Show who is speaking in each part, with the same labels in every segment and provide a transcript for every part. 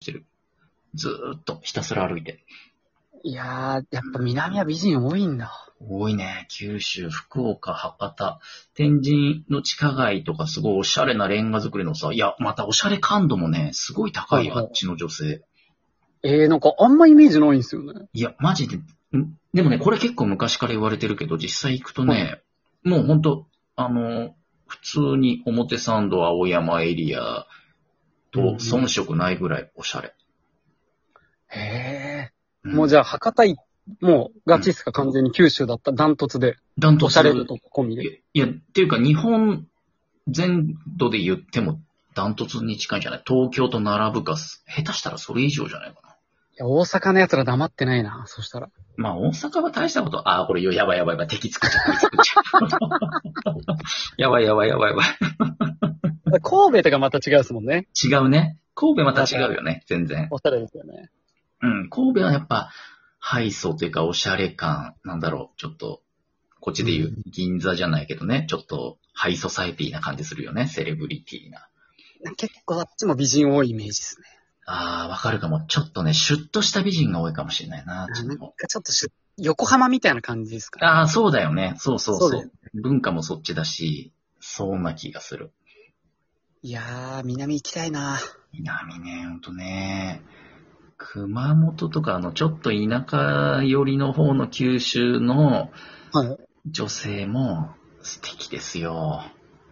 Speaker 1: してる。ずーっとひたすら歩いて。
Speaker 2: いやー、やっぱ南は美人多いんだ。
Speaker 1: 多いね。九州、福岡、博多、天神の地下街とかすごいおしゃれなレンガ作りのさ、いや、またおしゃれ感度もね、すごい高いよ、
Speaker 2: はい
Speaker 1: あ
Speaker 2: はい
Speaker 1: っちの女性。
Speaker 2: えー、なんかあんまイメージないんですよね。
Speaker 1: いや、マジで、んでもね、これ結構昔から言われてるけど、実際行くとね、もうほんと、あの、普通に表参道、青山エリア
Speaker 2: うんうん
Speaker 1: と遜色ないぐらいおしゃれ。
Speaker 2: へ
Speaker 1: う
Speaker 2: え。
Speaker 1: ん
Speaker 2: もうじゃあ、博多い、もうガチっすか、完全に九州だった。ダントツで。
Speaker 1: ダント
Speaker 2: おし
Speaker 1: ツ
Speaker 2: ゃれるとこ込み
Speaker 1: い
Speaker 2: で。
Speaker 1: や、いやっていうか日本全土で言ってもダントツに近いんじゃない東京と並ぶか、下手したらそれ以上じゃないかな。
Speaker 2: いや、大阪の奴ら黙ってないな、そしたら。
Speaker 1: まあ大阪は大したこと、ああ、これやばいやばいやばい、敵作っちゃう 敵作っちゃうやばいやばいやばいやばい。
Speaker 2: 神戸とかまた違うっすもんね。
Speaker 1: 違うね。神戸また違うよね、全然。
Speaker 2: おしゃれですよね。
Speaker 1: うん、神戸はやっぱ、配送というかおしゃれ感、なんだろう、ちょっと、こっちで言う
Speaker 2: うん
Speaker 1: 銀座じゃないけどね、ちょっと、ハイソサイティな感じするよね、セレブリティな。
Speaker 2: 結構あっちも美人多いイメージですね。
Speaker 1: あー、わかるかも。ちょっとね、シュッとした美人が多いかもしれないな、ちょ
Speaker 2: な
Speaker 1: っ
Speaker 2: ん
Speaker 1: と。
Speaker 2: かちょっとし横浜みたいな感じですかね。
Speaker 1: あー、そうだよね。そうそうそう。
Speaker 2: そうだよ
Speaker 1: 文化もそっちだし、そうな気がする。
Speaker 2: いやー、南行きたいな。
Speaker 1: 南ね、ほんとね。熊本とか、あの、ちょっと田舎寄りの方の九州の
Speaker 2: はい。
Speaker 1: 女性も素敵ですよ。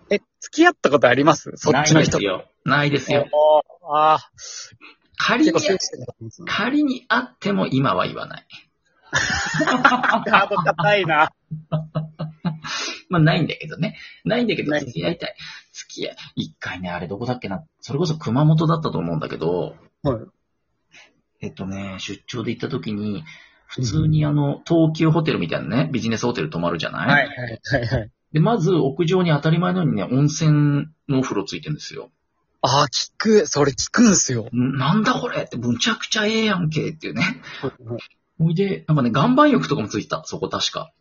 Speaker 2: え、付き合ったことありますそっちの人
Speaker 1: ないですよ。ないですよ。
Speaker 2: おーああ、
Speaker 1: 仮
Speaker 2: 結構
Speaker 1: に
Speaker 2: セ、ンシティブだったんですね
Speaker 1: 仮にあっても今は言わない。
Speaker 2: ハード高いな。
Speaker 1: まあないんだけどね。ないんだけど
Speaker 2: ない
Speaker 1: 付き合いたい。付き合い。一回ね、あれどこだっけな。それこそ熊本だったと思うんだけど、
Speaker 2: はい。
Speaker 1: えっとね、出張で行った時に、普通にあの、東急ホテルみたいなね、ビジネスホテル泊まるじゃない、
Speaker 2: はい、はい、はい、はい。
Speaker 1: で、まず屋上に当たり前のようにね、温泉のお風呂ついてるんですよ。
Speaker 2: ああ、聞く、それ聞くんすよ。
Speaker 1: んなんだこれって、むちゃくちゃええやんけっていうね。ほいで、なんかね、岩盤浴とかもついてた、そこ確か。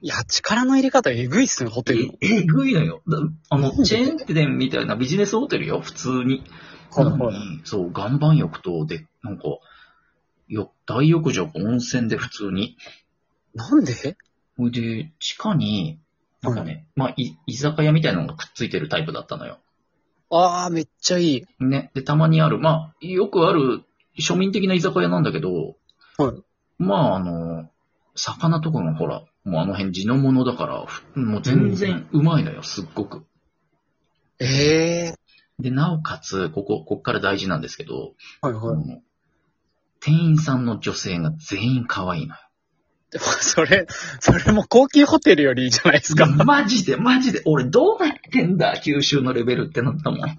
Speaker 2: いや、力の入れ方えぐいっすね、ホテルの。
Speaker 1: え、えぐいのよ。だあの
Speaker 2: なん、で
Speaker 1: チェーン店みたいなビジネスホテルよ、普通に。
Speaker 2: こ
Speaker 1: な
Speaker 2: の
Speaker 1: の
Speaker 2: 方
Speaker 1: に、そう、岩盤浴と、で、なんか、よ、大浴場か温泉で普通に。
Speaker 2: なんで
Speaker 1: ほいで、地下に、なんかね、まあ、い居酒屋みたいなのがくっついてるタイプだったのよ。
Speaker 2: ああ、めっちゃいい。
Speaker 1: ね。で、たまにある、まあ、よくある、庶民的な居酒屋なんだけど、
Speaker 2: はい
Speaker 1: まあ、あの、魚とかがほら、もうあの辺地のものだから、ふもう全然うまいのよ、すっごく。
Speaker 2: ええ
Speaker 1: で、なおかつ、ここ、こっから大事なんですけど、
Speaker 2: はい
Speaker 1: あ
Speaker 2: は
Speaker 1: の店員さんの女性が全員可愛いのよ。
Speaker 2: い。それ、それも高級ホテルよりいいじゃないですか。
Speaker 1: マジで、マジで、俺どうなってんだ、九州のレベルってなったもん。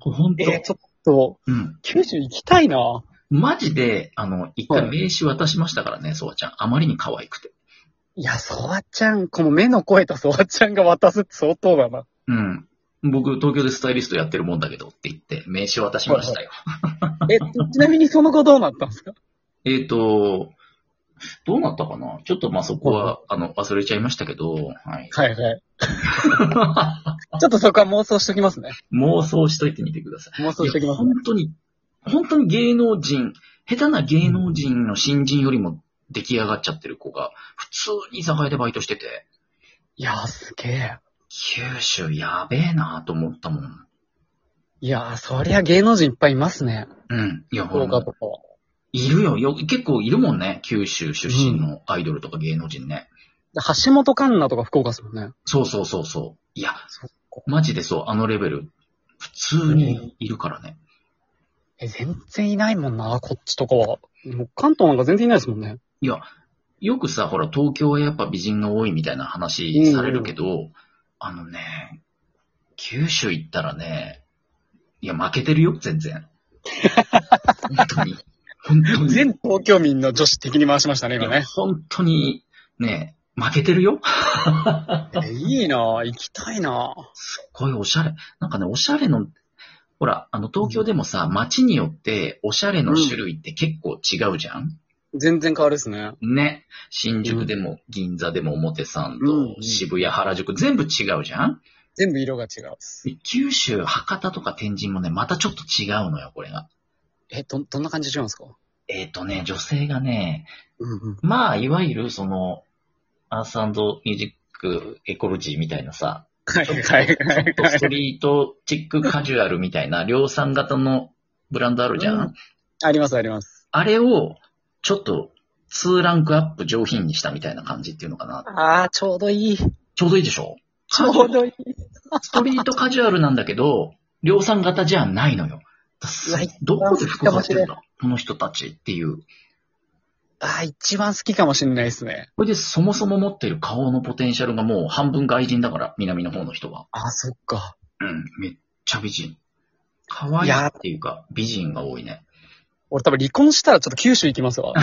Speaker 1: ほんと、
Speaker 2: えー、ちょっと、
Speaker 1: うん。
Speaker 2: 九州行きたいな。
Speaker 1: マジで、あの、一回
Speaker 2: は
Speaker 1: 名刺渡しましたからね、ソワちゃん。あまりに可愛くて。
Speaker 2: いや、ソワちゃん、この目の肥えたソワちゃんが渡すって相当だな。
Speaker 1: うん。僕、東京でスタイリストやってるもんだけどって言って、名刺渡しましたよ。
Speaker 2: え、ちなみにその後どうなったんですか
Speaker 1: えっ、と、どうなったかなちょっとまあそこ
Speaker 2: は
Speaker 1: は、あの、忘れちゃいましたけど、はい。
Speaker 2: はいはい。ちょっとそこは妄想しときますね。
Speaker 1: 妄想しといてみてください。
Speaker 2: 妄想しとき
Speaker 1: いや
Speaker 2: ます
Speaker 1: 本
Speaker 2: ね。
Speaker 1: 当に、本当に芸能人、下手な芸能人の新人よりも出来上がっちゃってる子が、普通に居酒屋でバイトしてて、
Speaker 2: いやー、すげえ。
Speaker 1: 九州やべえなと思ったもん。
Speaker 2: いやー、そりゃ芸能人いっぱいいますね。
Speaker 1: うん。いや、
Speaker 2: 福
Speaker 1: ほ
Speaker 2: 岡
Speaker 1: ら、
Speaker 2: とかは。
Speaker 1: いるよよ。結構いるもんね。九州出身のアイドルとか芸能人ね。
Speaker 2: で橋本環奈とか福岡ですもんね。
Speaker 1: そうそうそうそう。いや、
Speaker 2: そっか。
Speaker 1: マジでそう、あのレベル、普通にいるからね。
Speaker 2: え、全然いないもんな、こっちとかは。もう関東なんか全然いないですもんね。
Speaker 1: いや、よくさ、ほら、東京はやっぱ美人が多いみたいな話されるけど、あのね、九州行ったらね、いや、負けてるよ、全然。本当に。本当に。
Speaker 2: 全東京民の女子的に回しましたね、今
Speaker 1: いや
Speaker 2: ね。
Speaker 1: 本当に、ね、負けてるよ。
Speaker 2: えいいなぁ、行きたいなぁ。
Speaker 1: すっごいおしゃれ。なんかね、おしゃれの、ほら、あの、東京でもさ、街によって、おしゃれの種類って結構違うじゃん
Speaker 2: 全然変わるっすね。
Speaker 1: ね。新宿でも銀座でも表参
Speaker 2: うんう
Speaker 1: 道、
Speaker 2: ん
Speaker 1: 渋谷、原宿、全部違うじゃん
Speaker 2: 全部色が違うっす。
Speaker 1: で九州、博多とか天神もね、またちょっと違うのよ、これが。
Speaker 2: え、ど、どんな感じ違うんですか
Speaker 1: えっ、とね、女性がね、
Speaker 2: うんうん。
Speaker 1: まあ、いわゆるその、アースミュージックエコロジーみたいなさ、
Speaker 2: はい
Speaker 1: ちょっと
Speaker 2: はいはいは
Speaker 1: ちょっとスト
Speaker 2: い。
Speaker 1: リートチックカジュアルみたいな量産型のブランドあるじゃん。
Speaker 2: うんありますあります。
Speaker 1: あれを、ちょっと、2ランクアップ上品にしたみたいな感じっていうのかな。
Speaker 2: ああ、ちょうどいい。ち
Speaker 1: ちょうどいいでし ょ
Speaker 2: ょうどいい。
Speaker 1: ストリートカジュアルなんだけど、量産型じゃないのよ。
Speaker 2: うわ
Speaker 1: どこで服買ってんだこの人たちっていう。
Speaker 2: ああ、一番好きかもしれないですね。
Speaker 1: これでそもそも持ってる顔のポテンシャルがもう半分外人だから、南の方の人は。
Speaker 2: あーそっか。
Speaker 1: うん、めっちゃ美人。可愛いっていうか、美人が多いね。
Speaker 2: 俺多分離婚したらちょっと九州行きます わ。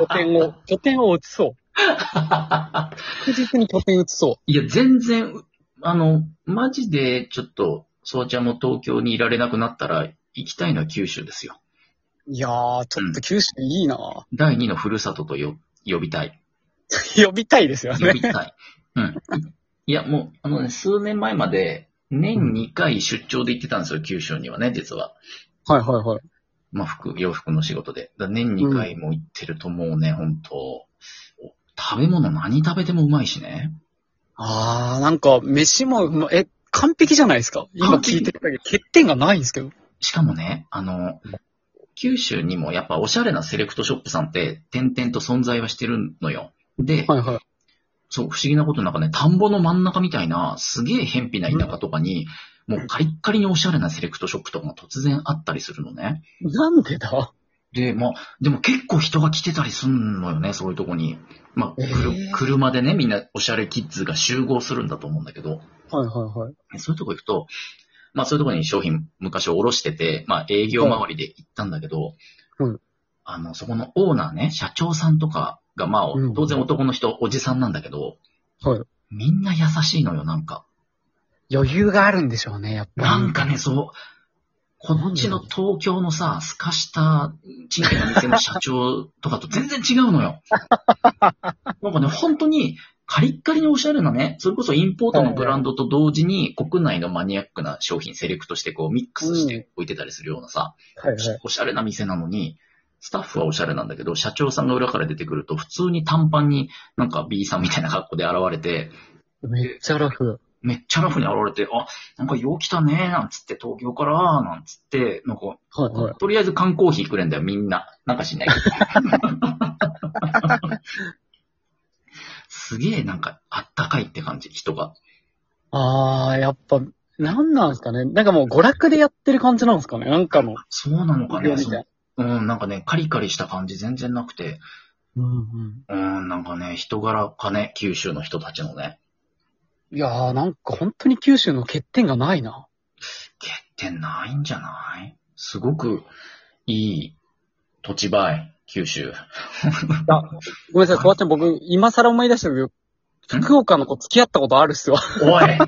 Speaker 2: 拠点を、拠点を移そう。確実に拠点移そ
Speaker 1: いや、全然、うあの、マジで、ちょっと、そうちゃんも東京にいられなくなったら、行きたいのは九州ですよ。
Speaker 2: う。いやー、ちょっと九州いいな、
Speaker 1: 第二のふるさととよ呼びたい。
Speaker 2: 呼びたいですよ
Speaker 1: 呼
Speaker 2: ね。
Speaker 1: びた い。うん。いや、もう、あのね、数年前まで、年2回出張で行ってたんですよ、九州にはね、実は。
Speaker 2: はいはいはい。
Speaker 1: まあ、服、洋服の仕事で。だ年2回も行ってるともうね、本当お食べ物何食べてもうまいしね。
Speaker 2: あー、なんか、飯もうま、え、完璧じゃないですか。今
Speaker 1: 完璧
Speaker 2: 聞いてるだけ欠点がないんですけど。
Speaker 1: しかもね、あの、九州にもやっぱおしゃれなセレクトショップさんって点々と存在はしてるのよ。で、
Speaker 2: はいはい。
Speaker 1: そう、不思議なことなんかね、田んぼの真ん中みたいな、すげえ偏僻な田舎とかに、もうカリッカリにおしゃれなセレクトショップとかが突然あったりするのね。
Speaker 2: なんでだ
Speaker 1: で、まあ、でも結構人が来てたりすんのよね、そういうとこに。まあ、くる
Speaker 2: へえ
Speaker 1: 車でね、みんなおしゃれキッズが集合するんだと思うんだけど、
Speaker 2: はいはいはい。
Speaker 1: そういうとこ行くと、まあそういうとこに商品昔おろしてて、まあ営業周りで行ったんだけど、
Speaker 2: うん
Speaker 1: あの、そこのオーナーね、社長さんとかが、まあ
Speaker 2: うん
Speaker 1: 当然男の人、おじさんなんだけど、
Speaker 2: はい。
Speaker 1: みんな優しいのよ、なんか。
Speaker 2: 余裕があるんでしょうね、やっぱり。
Speaker 1: なんかね、そう、こっちの東京のさ、すかした、ちんけな店の社長とかと全然違うのよ。なんかね、本当に、カリッカリにおしゃれなね、それこそインポートのブランドと同時に、国内のマニアックな商品セレクトして、こう、ミックスして置いてたりするようなさ、
Speaker 2: はいはい。
Speaker 1: おしゃれな店なのに、スタッフはおしゃれなんだけど、社長さんが裏から出てくると、普通に短パンになんか B さんみたいな格好で現れて、
Speaker 2: めっちゃラフ。
Speaker 1: めっちゃラフに現れて、あ、なんかよう来たね、なんつって、東京から、なんつって、なんか、
Speaker 2: はいはい。
Speaker 1: とりあえず缶コーヒーくれんだよ、みんな。なんかし ないけど。すげえ、なんか、あったかいって感じ、人が。
Speaker 2: あー、やっぱ、なんなんですかね。なんかもう娯楽でやってる感じなんですかね。なんかの。
Speaker 1: そうなのかね。
Speaker 2: みたい
Speaker 1: そ
Speaker 2: な
Speaker 1: のうん、なんかね、カリカリした感じ全然なくて、
Speaker 2: うんうん。
Speaker 1: うん、なんかね、人柄かね、九州の人たちのね、
Speaker 2: いやー、なんか本当に九州の欠点がないな。
Speaker 1: 欠点ないんじゃないすごく、いい、土地ばい、九州。
Speaker 2: ごめんなさい、そばちゃん僕、今更思い出したけど、福岡の子付き合ったことあるっすわ。
Speaker 1: おい、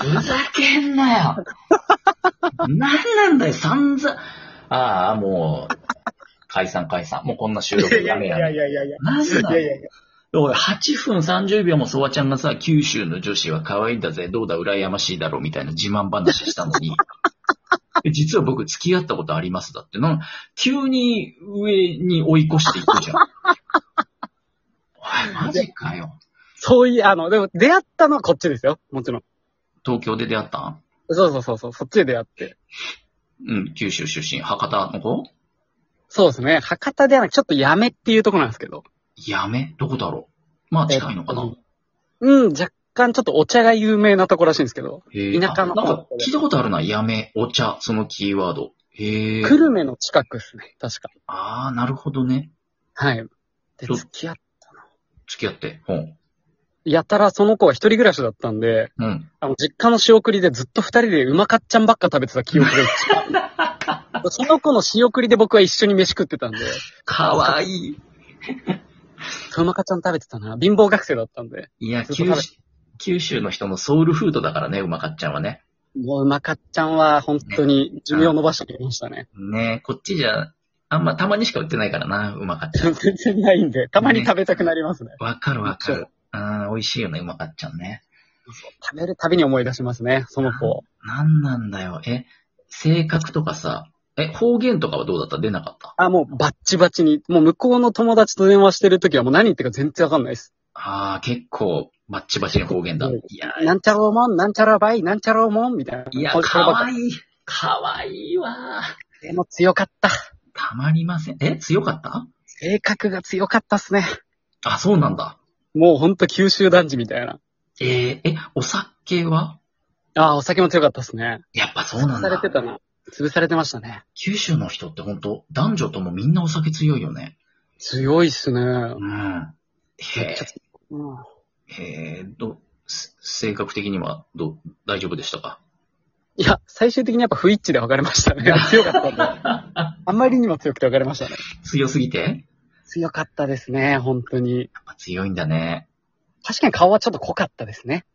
Speaker 1: ふざけんなよ。なんなんだよ、散々。ああ、もう、解散解散。もうこんな収録やめやめ。
Speaker 2: やいやいや。
Speaker 1: マジだよ。
Speaker 2: やいや。
Speaker 1: おい、8分30秒もソワちゃんがさ、九州の女子は可愛いんだぜ、どうだ、羨ましいだろ、みたいな自慢話したのに。 え実は僕付き合ったことありますだってなんか急に上に追い越していく じゃん。おい、マジかよ。
Speaker 2: そういう、あの、でも出会ったのはこっちですよ。もちろん。
Speaker 1: 東京で出会った
Speaker 2: そうそうそうそう、そっちで出会って。
Speaker 1: うん、九州出身、博多の子
Speaker 2: そうですね。博多ではなく、ちょっとやめっていうところなんですけど。
Speaker 1: やめどこだろうまあ近いのか
Speaker 2: え
Speaker 1: な
Speaker 2: っ、とうん、若干ちょっとお茶が有名なところらしいんですけど、
Speaker 1: へえ
Speaker 2: 田舎の
Speaker 1: あなんか聞いたことあるな。やめ、お茶、そのキーワード。へえ。
Speaker 2: 久留米の近くですね、確か。
Speaker 1: ああ、なるほどね。
Speaker 2: はい。で、
Speaker 1: そう
Speaker 2: 付き合っ
Speaker 1: 付き合って。ほう。
Speaker 2: やたらその子は一人暮らしだったんで、
Speaker 1: うん。
Speaker 2: あの、実家の仕送りでずっと二人でうまかっちゃんばっか食べてた記憶 が。その子の仕送りで僕は一緒に飯食ってたんで、
Speaker 1: かわいい。
Speaker 2: うまかっちゃん食べてたな。貧乏学生だったんで、
Speaker 1: いや、
Speaker 2: ずっと食
Speaker 1: 九
Speaker 2: べ
Speaker 1: 州、九州の人のソウルフードだからね、うまかっちゃんはね。
Speaker 2: もううまかっちゃんは本当に寿命を伸ばしてくれましたね。
Speaker 1: ねこっちじゃ、あんま、たまにしか売ってないからな、うまかっちゃん。
Speaker 2: 全然ないんで、たまに食べたくなりますね。
Speaker 1: わかるわかる。ああ、美味しいよね、うまかっちゃんね。
Speaker 2: 食べるたびに思い出しますね、その子。
Speaker 1: なんなんだよ。え、性格とかさ、え、方言とかはどうだった出なかった
Speaker 2: あ、もうバッチバチに、もう向こうの友達と電話してるときはもう何言ってるか全然わかんないです。
Speaker 1: ああ、結構、バッチバチの方言だ。
Speaker 2: うん
Speaker 1: いや、
Speaker 2: なんちゃらおもん、なんちゃらばい、なんちゃらおもん、みたいな。
Speaker 1: いや、
Speaker 2: こ
Speaker 1: か
Speaker 2: ばっか
Speaker 1: わいい。かわいいわ。
Speaker 2: でも強かった。
Speaker 1: たまりません。え、強かった
Speaker 2: 性格が強かったっすね。
Speaker 1: あ、そうなんだ。
Speaker 2: もうほんと九州男児みたいな。
Speaker 1: えーえ、お酒は
Speaker 2: ああ、お酒も強かったっすね。
Speaker 1: やっぱそうなん
Speaker 2: 潰され
Speaker 1: だ
Speaker 2: て。たな。潰されてましたね。
Speaker 1: 九州の人って本当男女ともみんなお酒強いよね。
Speaker 2: 強いっすね。
Speaker 1: うん。へえ、
Speaker 2: うん
Speaker 1: へえ、ど、す性格的には、ど、大丈夫でしたか
Speaker 2: いや、最終的にやっぱ不一致で分かれまし たね。強かったんで。あまりにも強くて分かれましたね。
Speaker 1: 強すぎて
Speaker 2: 強かったですね、本当に。
Speaker 1: やっぱ強いんだね。
Speaker 2: 確かに顔はちょっと濃かったですね。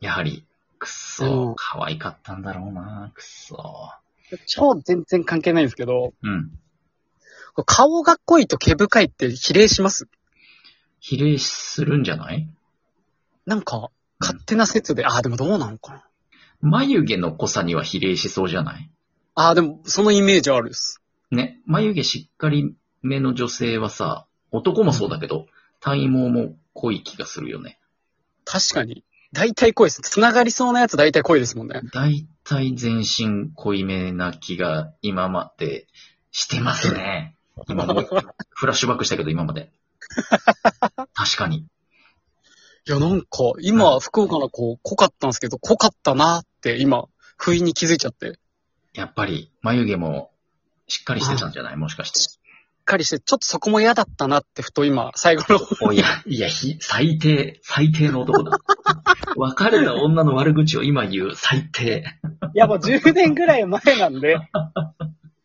Speaker 1: やはり、くっ
Speaker 2: う
Speaker 1: そ
Speaker 2: ん、
Speaker 1: 可愛かったんだろうな、くっそ。
Speaker 2: 超全然関係ないんですけど、
Speaker 1: うん。
Speaker 2: これ顔が濃いと毛深いって比例します
Speaker 1: 比例するんじゃない
Speaker 2: なんか、勝手な説で、ああ、でもどうなのかな。
Speaker 1: 眉毛の濃さには比例しそうじゃない
Speaker 2: ああ、でもそのイメージあるっす。
Speaker 1: ね、眉毛しっかり目の女性はさ、男もそうだけど、体毛も濃い気がするよね。
Speaker 2: 確かに。大体濃いです。繋がりそうなやつ大体濃いですもんね。
Speaker 1: だいたい全身濃いめな気が今までしてますね。今もうフラッシュバックしたけど今まで。確かに。
Speaker 2: いや、なんか、今、福岡の子、濃かったんですけど、濃かったなって、今、不意に気づいちゃって。
Speaker 1: やっぱり眉毛もしっかりしてたんじゃないもしかして。
Speaker 2: しっかりして、ちょっとそこも嫌だったなって、ふと今、最後の方、
Speaker 1: おいや、いや、ひ、最低、最低の男だ。別れた女の悪口を今言う、最低。
Speaker 2: いやもう10年ぐらい前なんで、